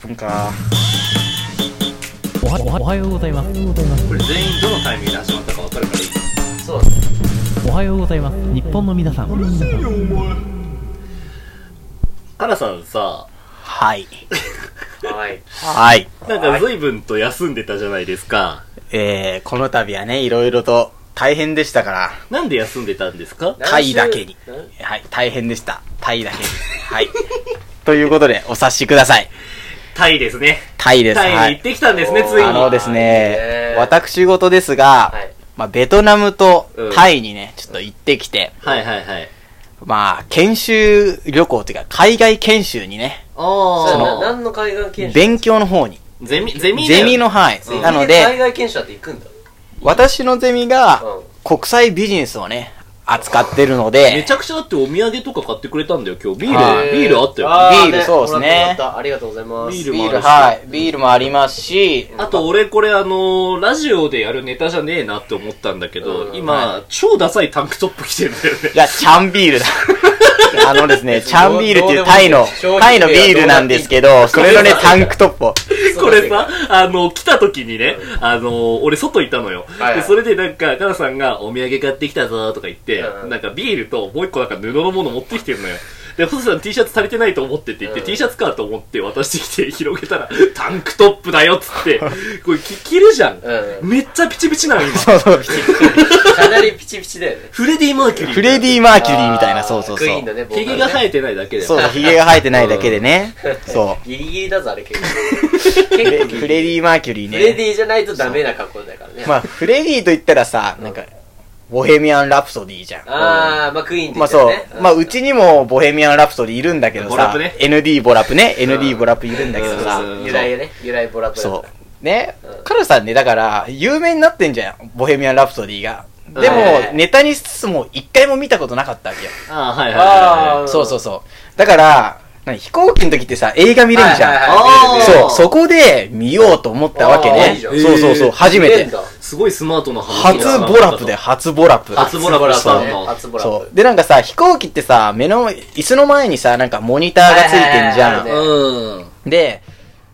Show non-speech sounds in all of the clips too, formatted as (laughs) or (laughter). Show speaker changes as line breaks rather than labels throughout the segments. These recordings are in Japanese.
分か
おはおはおはようございます。
これ全員どのタイミングで始まったか分かるからいい
おはようございます。日本の皆さん。
ハラさんさ
はい。
はい
はい。
なんか随分と休んでたじゃないですか
えー、この度はね、いろいろと大変でしたから、
なんで休んでたんですか
タイだけに。はい、大変でした。タイだけに。はい。 (laughs) ということで、お察しください。
タイですね
タイです。
タイに行ってきたんですね、ついに
あのです
いい
ね
ね、
私事ですが、
はい
まあ、ベトナムとタイにね、ちょっと行ってきて、
はいはいはい
まあ、研修旅行というか、海外研修にね、
そ
あ
の何の海外研修
勉強の方に、
あゼミゼミだよ
ゼミの範
ゼミ
囲。なの
海
で、
外研修だって行くんだ
私のゼミ
う
が
ん、
国際ビジネスをね、扱ってるので、
めちゃくちゃだってお土産とか買ってくれたんだよ今日ビール、
はい
ビールあったよ
あ
ビール
ね
そうですね
もらってもらったありがとうございます
ビール
ビー
もあ
ル、
るし
はい。ビールもありますし、
あと俺これあのーラジオでやるネタじゃねえなって思ったんだけど、
うん
今、超ダサいタンクトップ着てるんだよね
いや、チャンビールだ。あのですね、チャンビールっていうタイの
商品名、は
タイのビールなんですけど、それのね、タンクトップを。
(laughs) これさ、あの、来た時にね、あの、俺外いたのよ。
はいはい
で、それでなんか、かなさんがお土産買ってきたぞーとか言って、
うん
なんかビールともう一個なんか布のもの持ってきてるのよ。で、細田さん T シャツ足りてないと思ってって言って、
うん
T シャツかと思って渡してきて広げたら、タンクトップだよっつって、これ着着るじゃん。
う
めっちゃピチピチなの今。
そうそう。
かなりピチピチだよね
フレディ・マーキュリー。
フレディ・マーキュリーみたいな、そうそう
クイ
そ
ーンだ
う。
ねボー
ヒ
カル
ゲ
ね
が生えてないだけで。
そうそう、ヒゲが生えてないだけでね。そ
ギリギリだぞあれ結構
う。フ
結
レ
構ギリ
フレディ・マーキュリー
フレ
ね。
ディじゃないとダメな格好だからね
まあ、フレディと言ったらさ、なんか、ボヘミアン・ラプソディじゃん。
ああまあクイーンって
ま
言
あ
ったら
そう
ね。
まあ、うちにもボヘミアン・ラプソディいるんだけど
ボラッ
さ
プね、
ND ボラップね、ND ボラップいるんだけどさ
うん、
由来ね由来ボラボラ
そう。ね
う、ん
カラさんね、だから、有名になってんじゃん、ボヘミアン・ラプソディが。でも
は、い
ネタにしつつも、一回も見たことなかったわけよ。
あーはいはいはい
ああ
そうそうそう。だから、何飛行機の時ってさ、映画見れんじゃん。
はいはいはい
あー
見れる
そう、そこで見ようと思ったわけ
あーい
ね。
いじ
そ
ゃ
うんそうそう、初め
見れ
て
ん。だ
すごいスマートな話だ
初
な
ボラップで、初ボラップ。
初ボラップしたん
ね
だ。
初ボラ
そ
ボ
う。で、なんかさ、飛行機ってさ、目の、椅子の前にさ、なんかモニターがついてんじ
はいはい
ゃ
は
ん。
いね
うん。
で、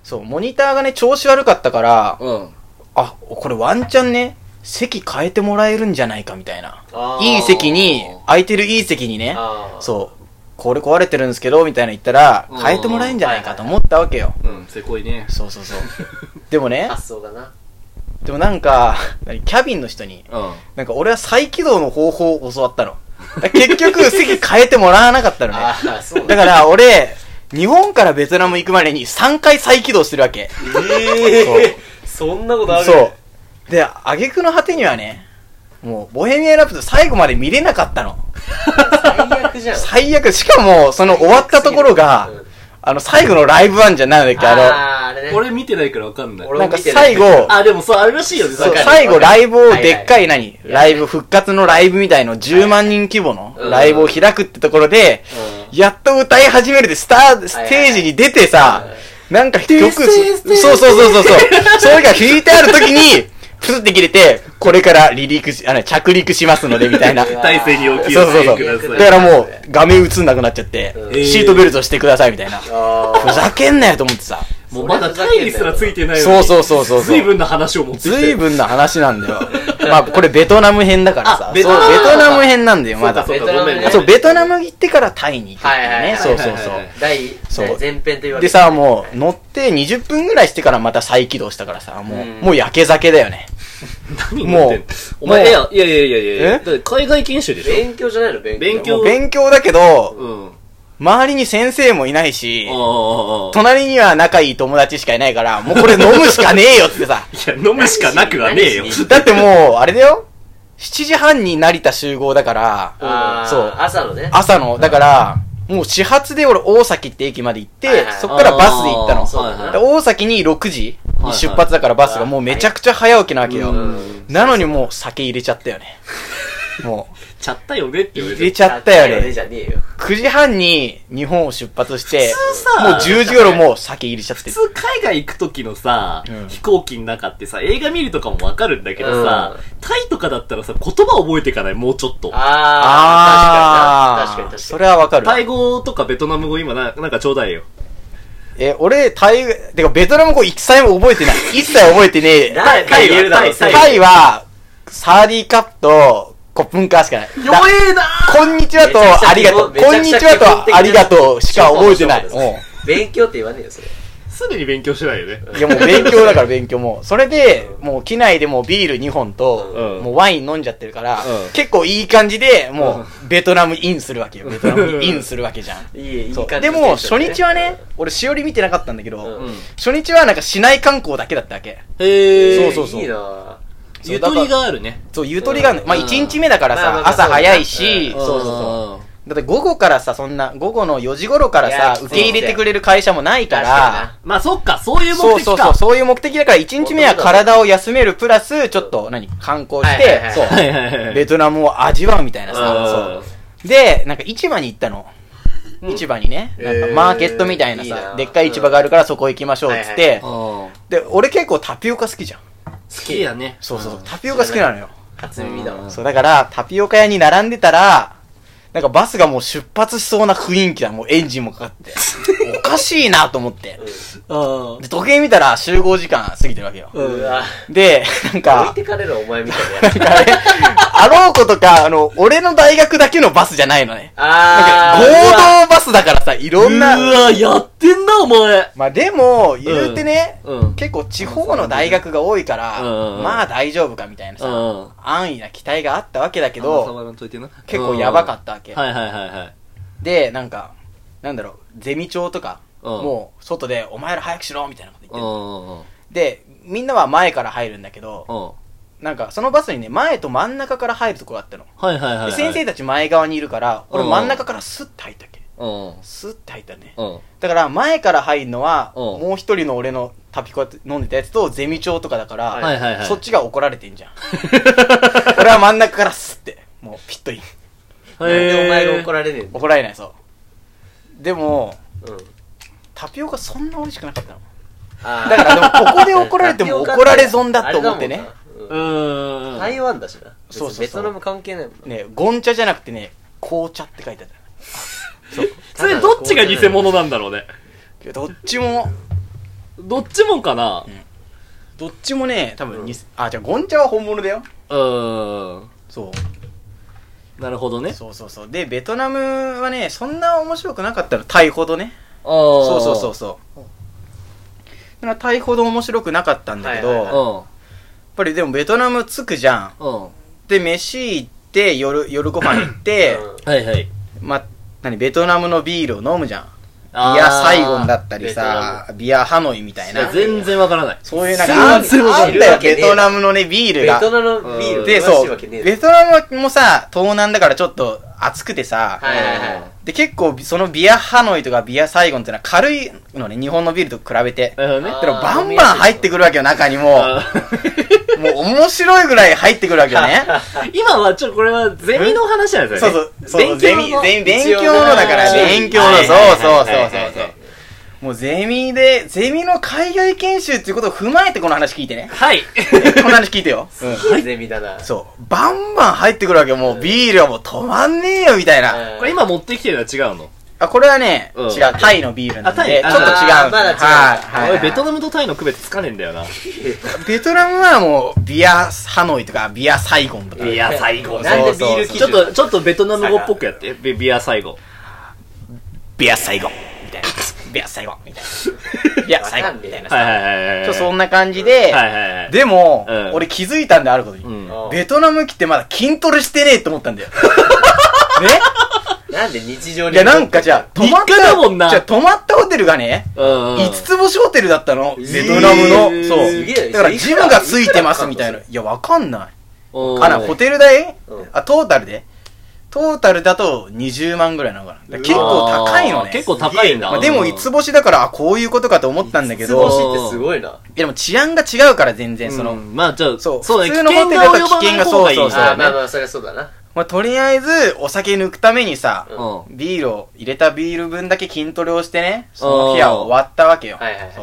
そう、モニターがね、調子悪かったから、
うん。
あ、これワンチャンね、席変えてもらえるんじゃないかみたいな。
あー
いい席に、空いてるいい席にね、
あー
そう、これ壊れてるんですけど、みたいなの言ったら
うん、
変えてもらえんじゃないかと思ったわけよ。
うん、せこいね。
そう
(laughs)
そうそう。でもね、
発想がな
でもなんか、何キャビンの人に、
うん。
なんか俺は再起動の方法を教わったの。だから結局、席変えてもらわなかったのね。
ああそう
だから俺、日本からベトナム行くまでに3回再起動してるわけ。
ええそんなことある
そう。で、挙句の果てにはね、もう、ボヘミアン・ラプト最後まで見れなかったの。
最悪じゃん
最悪。しかも、その終わったところが
う、ん
あの、最後のライブワンじゃないんだっけ、あ
あーあれね
俺見てないからわかんない。
俺
の、
も
なん
見て
か
る
最後、
あ、でもそう、あるらしいよね、
そう
だから
最後ライブを
はいはい
でっかい何ライブ、復活のライブみたいの10万人規模のライブを開くってところで、やっと歌い始めるで、スター、ステージに出てさ、なんか曲、そうそうそうそう、それが弾いてある時に、プスって切れて、これから離陸し、あの、着陸しますの
(laughs)
で、みたいな。そう
大勢にお気
そ
を
う
つ
そう。
けくだ
だ
さ
か
い。
らもう、画面映んなくなっちゃって、
ん
シートベルトしてください、みたいな。
あ
ふざけんなよと思ってさ。
もうまだタイにすらついてない
そう
う
そうそうそう。
随分な話を持ってき
ず
て
い
る。
ぶんな話なんだよ。まあ、これベトナム編だからさ。
あ
そう
ベ
ベ
トナム
トナム編なんだよ、
そう
ま
か
だ。
そう
ま
か、
だ
ごめん
ベトナムね
ね。
そう、ベトナム行ってからタイに行って
はいはいはい
ね。そうそう
はい
そ
はいうは。
ー第
そう
前編というわけ
でさ、もう、乗って20分ぐらいしてからまた再起動したからさ、もう、もう焼け酒だよね。
何言ってんの
もう
お前、い
も
やいやいやいやいやいや
え
だって海外研修でし
勉強じゃないの勉強
勉強
もう勉強だけど、
ょうん。あ
周りに先生もいないし、
あああああ。
隣には仲いい友達しかいないから、もうこれ飲むしかねえよってさ。
いや、飲むしかなくはねえよ。
何
だってもう、あれだよ ?7 時半に成田集合だから、
あー
そう
朝のね
朝の、だから、もう始発で俺大崎って駅まで行って、
はいはい
そっからバスで行った
あー
の。
そうだ
あ
な
で大崎に6時
はいは
に
い
出発だからバスがもうめちゃくちゃ早起きなわけよ。
うん
なのにもう酒入れちゃったよ
(laughs)
ね。も
ちゃったよねって
う、
言われ
入
て
れ。ちゃったよ
じ
ね。
ゃねえよ
9時半に日本を出発して、
さ
もう10時頃もう酒入れちゃって
普
る。
通海外行く時のさ、
うん
飛行機の中ってさ、映画見るとかもわかるんだけどさ、
うん
タイとかだったらさ、言葉覚えていかないもうちょっと。
ああ
ー
確かにな確かに確かに
それはわかる。
タイ語とかベトナム語今ななんかちょうだいよ。
え、俺、タイ、てかベトナム語一切も覚えて
(laughs)
ない。一切覚えてねえ。
誰
タイ
言えるだろう、
タイ
タイは、サーリーカップと、コップンカーしかない。だ
弱えな
こんにちはと、ありがとう。
めち
こん
ゃく
に
ち
ち
ゃ
はと、ありがとうしか覚えてない。
基
う
本的な勉強って言わねえよ、それ。
すでに勉強してないよね。
ん。いや、もう勉強だから勉強もう。それで、もう機内でもうビール2本と
う、ん
もうワイン飲んじゃってるから
うん、
結構いい感じで、もう、ベトナムインするわけよ。ベトナムにインするわけじゃん。
いい、いい
そ
感
う
じの
でも、
テンシ
初
ョンで
日はね、、俺、しおり見てなかったんだけど、
うん
初日はなんか市内観光だけだったわけ。
へ
ー
えー
そうそうそう
いいな
そうだから
あるね。
そう、ゆとりがあるの
うん
まあ、1日目だから
まあま
さ、
あ
朝早いし、
うん
そうそうそう。
そ
だって午後からさ、そんな、午後の4時頃か
いや
ら
きつ
さ、
い
受け入れてくれる会社もないから、
う。まあそっか、そういう
そ
目
う
的
そうそ
か
う、。そういう目的だから、1日目は体を休めるプラス、ちょっと、何、観光し
はいはい
て、
はい
そ
はいはいは
う、
い
ベトナムを味わうみたいなさ、そう。で、なんか市場に行ったの。市場にね、なんかマーケットみたいな
えーいい
さ、
な
でっかい市場があるからそこ行きましょうっつっ
はいは
て、
好
で、俺結構タピオカ好きじゃん。
きやね。
そうそう、タピオカ好きなのよ。
初耳だ
う
わ
ん。
そう、だから、タピオカ屋に並んでたら、なんかバスがもう出発しそうな雰囲気だ。もうエンジンもかかって。おかしいなと思って。
う
で、時計見たら集合時間過ぎてるわけよ。
うわ
で、なん
置い
か、
てかれるお前みたいなやつ。
なんかね、あろうことか、あの、俺の大学だけのバスじゃないのね。なんか
あ
合
ー。
同バスだからさ、いろんな。
わ、やってんな、お前。
まあでも、言うてね、
うん。
結構地方の大学が多いから、
うん
まあ大丈夫かみたいな
う
さ、
ん。
安易な期待があったわけだけ
あんま
ど、
触らんといてな
結構やばかったわけ。
はいはいはいはい。
で、なんか、なんだろう、ゼミ帳とか、
うん
もう、外で、お前ら早くしろみたいなこと
う
言って
んうんうん。
で、みんなは前から入るんだけど、
うん。
なんか、そのバスにね、前と真ん中から入るとこがあったの。
はいはいはいは
で
い。
先生たち前側にいるから、俺
うん
真ん中からスッて入ったっけ。 (laughs)
うん。
スッて入ったね。
うん。
だから、前から入るのは、
うん
もう一人の俺のタピコ飲んでたやつと、ゼミ帳とかだから、
はいはいはい
そっちが怒られてんじゃん。俺は真ん中からスッて、もうピッとイン。
なんでお前が怒
ら
られねえんだ
怒られない、そう。でも、
うん。
タピオカそんな美味しくなかったの。
あー
だからでもここで怒られても怒られ損だと思ってね。
うん
うん。
台湾だしな。
そうそうそう
別にベトナム関係ないもんな。
ね、ゴン茶じゃなくてね、紅茶って書いてあったの
それどっちが偽物なんだろうね。
いや。どっちも、
どっちもかな
どっちもね、多分に、あ、じゃあゴン茶は本物だよ。
うーん。
そ
なるほど
う。
ね。
そうそうそう。で、ベトナムはね、そんな面白くなかったの。タイほどね。
あー
そうそうそうそう。だからタイほど面白くなかったんだけど、
はいはいは
やっ
う
ぱりでもベトナム着くじゃん。
ん。うん。は
で、飯行って、夜、夜ご飯行って、
いはい。
ま、何、ベトナムのビールを飲むじゃん。
あー
ビアサイゴンだったりさ、ビアハノイみたいな。
全然わからない。
そういうなんか、あ
全
ん
然わ
あ
か
ん
ん
全
ない。
だ
然
よ、ベトナムのね、ビール
ベ
が。
トナムのビール
で、
詳し
そ
いわ
う、
けねえ
ベトナムもさ、東南だからちょっと暑くてさ、
はいはいはい
で、結構、そのビアハノイとかビアサイゴンってのは軽いのね、日本のビールと比べて。
なるほどね
あ。
でもバンバン入ってくるわけよ、中にも。もう面白いぐらい入ってくるわけよね。
(laughs) 今は、ちょっとこれはゼミの話なんです
(laughs) そ
よ
う
ね。
そう、そう、ゼミ、ゼミ、勉
一応
強
ね
のだから、
はい
勉強の、
は
そう
い
そう
はい
そ
は
う
いはいはい。
そうそう。もうゼミで、ゼミの海外研修っていうことを踏まえてこの話聞いて (laughs) ね
はい。
この話聞いてよ。
すげえゼミだな。
そう。バンバン入ってくるわけよ。もうビールはもう止まんねえよ、みたいな。
これ今持ってきてるのは違うの
あ、これはね、
うん
違う。タイのビールなんで、
あ
ち
タイ
ょっと違うんですよ。
あーまだ違
はい。
う
は
俺、
い
ベトナムとタイの区別つかねえんだよな。
ベトナムはもう、ビアハノイとか、ビアサイゴンとか。
ビアサイゴン
なんでビール基
ちょ
準
っと、ちょっとベトナム語っぽくやって。ビビアサイゴン。
ビアサイゴン。みた (laughs) いな。ビアサイゴン。みたい (laughs) な。ビアサイゴン。みたいな
はい
さ。
はいはいはい。
ちょそ
ん
んな感じで、
はいはいはい。
でも、
うん
俺気づいたんであることに。
うん。
うん
ベトナム来てまだ筋トレしてねえと思ったんだ (laughs) よ。
なんで日常
ね
に。
いや、なんかじゃあ、泊まっ
日課
た、
だもんな
じゃあ泊まったホテルがね、
うんうん。
五つ星ホテルだったの。ベトナムの。
えーす
げ
そう。
え
だからジムがついてますみたいな。いや、わかんない。
うん
あら、ホテル代
うん
あ、トータルでトータルだと20万ぐらいなのかな。だから結構高いのね。
結構高いんだ。
まあ、でも、五つ星だから、あ、こういうことかと思ったんだけ
つぼ
ど、
しってすごいな。
いやでも治安が違うから全然、その、
うんまあ、じゃあ、
そう
そうね、
普通のホテルだと危険が
及ばない方
そうそうだ
あー
ね
まあまあ、そりゃそうだな。
まあ、とりあえず、お酒抜くためにさ、
う
うん。
ビールを、入れたビール分だけ筋トレをしてね、その日は終わったわけよ。
はいはいはい
そ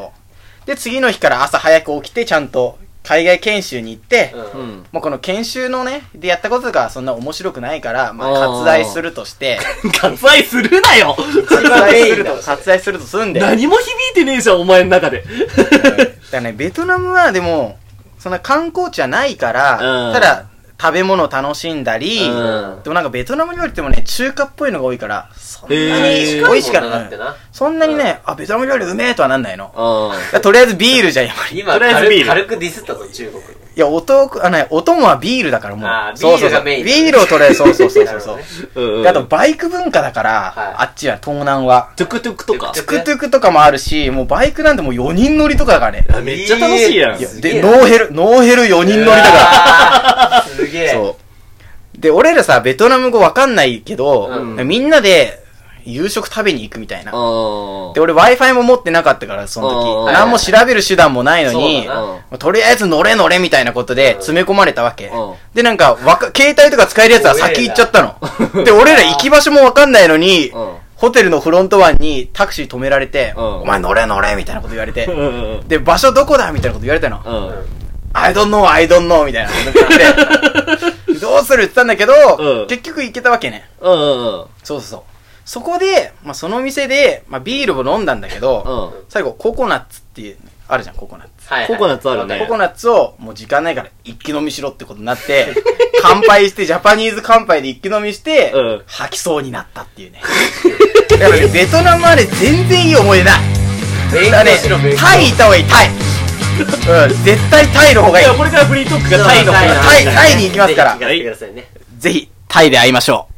う。で、次の日から朝早く起きて、ちゃんと海外研修に行って、
う。
うんん。
もうこの研修のね、でやったことがそんな面白くないから、まあ、
あー
割愛するとして、
割愛するなよ
割愛すると
メインだ、
割愛するとすんで。
何も響いてねえじゃん、お前の中で。
だからね、ベトナムはでも、そんな観光地はないから、
うん
ただ、食べ物楽しんだり、
うん
でもなんかベトナム料理ってもね、中華っぽいのが多いから、そんなに
へー
美味しかった
なってな。
そんなにね、あ、ベトナム料理うめえとはなんないの。
うん。
だからとりあえずビールじゃん、やっぱり。い
今、
とりあえずビー
軽
ル
軽くディスったぞ、中国。
や、おとあ、ね、お供はビールだからもう。
あー
そうそうそ
ビール
う
がメイン
ビールをとりあえず、そうそうそうそう
(laughs) なるほ
そ
ど
う
ね。
うん
であと、バイク文化だから、
はい
あっちは、東南は。
トゥクトゥクとか
ト
ト
ゥ。
ゥクトゥクとかもあるし、もうバイクなんてもう4人乗りとかだからね。
あめっちゃ楽しいやん
い
いや
すげえ
で、ノーヘル、ノーヘル4人乗りだか
から。すげえ。
ら。そう。で、俺らさ、ベトナム語わかんないけど、
うん
みんなで夕食食べに行くみたいな。
うん
で、俺 Wi-Fi も持ってなかったから、その
うん
時。何も調べる手段もないの
そう
に
だ、な
うん
とりあえず乗れ乗れみたいなことで詰め込まれたわけ
うん。
で、なんか、わか、携帯とか使えるやつは先行っちゃった
(laughs)
の。で、俺ら行き場所もわかんないのに
うん、
ホテルのフロントワンにタクシー止められて、
うん
お前乗れ乗れみたいなこと言われて
う、ん
で、場所どこだみたいなこと言われたの。
うん。
I don't know, I don't know みたいな。でどうするって言ったんだけど、
うん
結局行けたわけね。
うんうんうん。
そうそうそう。そこで、まあ、その店で、まあ、ビールを飲んだんだけど、
うん
最後、ココナッツっていう、あるじゃん、ココナッツ。
はいはい
ココナッツあるね
ココナッツを、もう時間ないから、一気飲みしろってことになって、乾杯して、ジャパニーズ乾杯で一気飲みして、
うん
吐きそうになったっていうね。だからね、ベトナムはね、全然いい思い出ない。
勉
だね
強しろ、勉、強。
タイ行った方がいい、タイ。うん、絶対タイの方がいい
いや、。これからフリートークがタイの方
タイ
が
の
タイタイに行きますから
ぜひ聞かせてくださいね。
ぜひ、タイで会いましょう。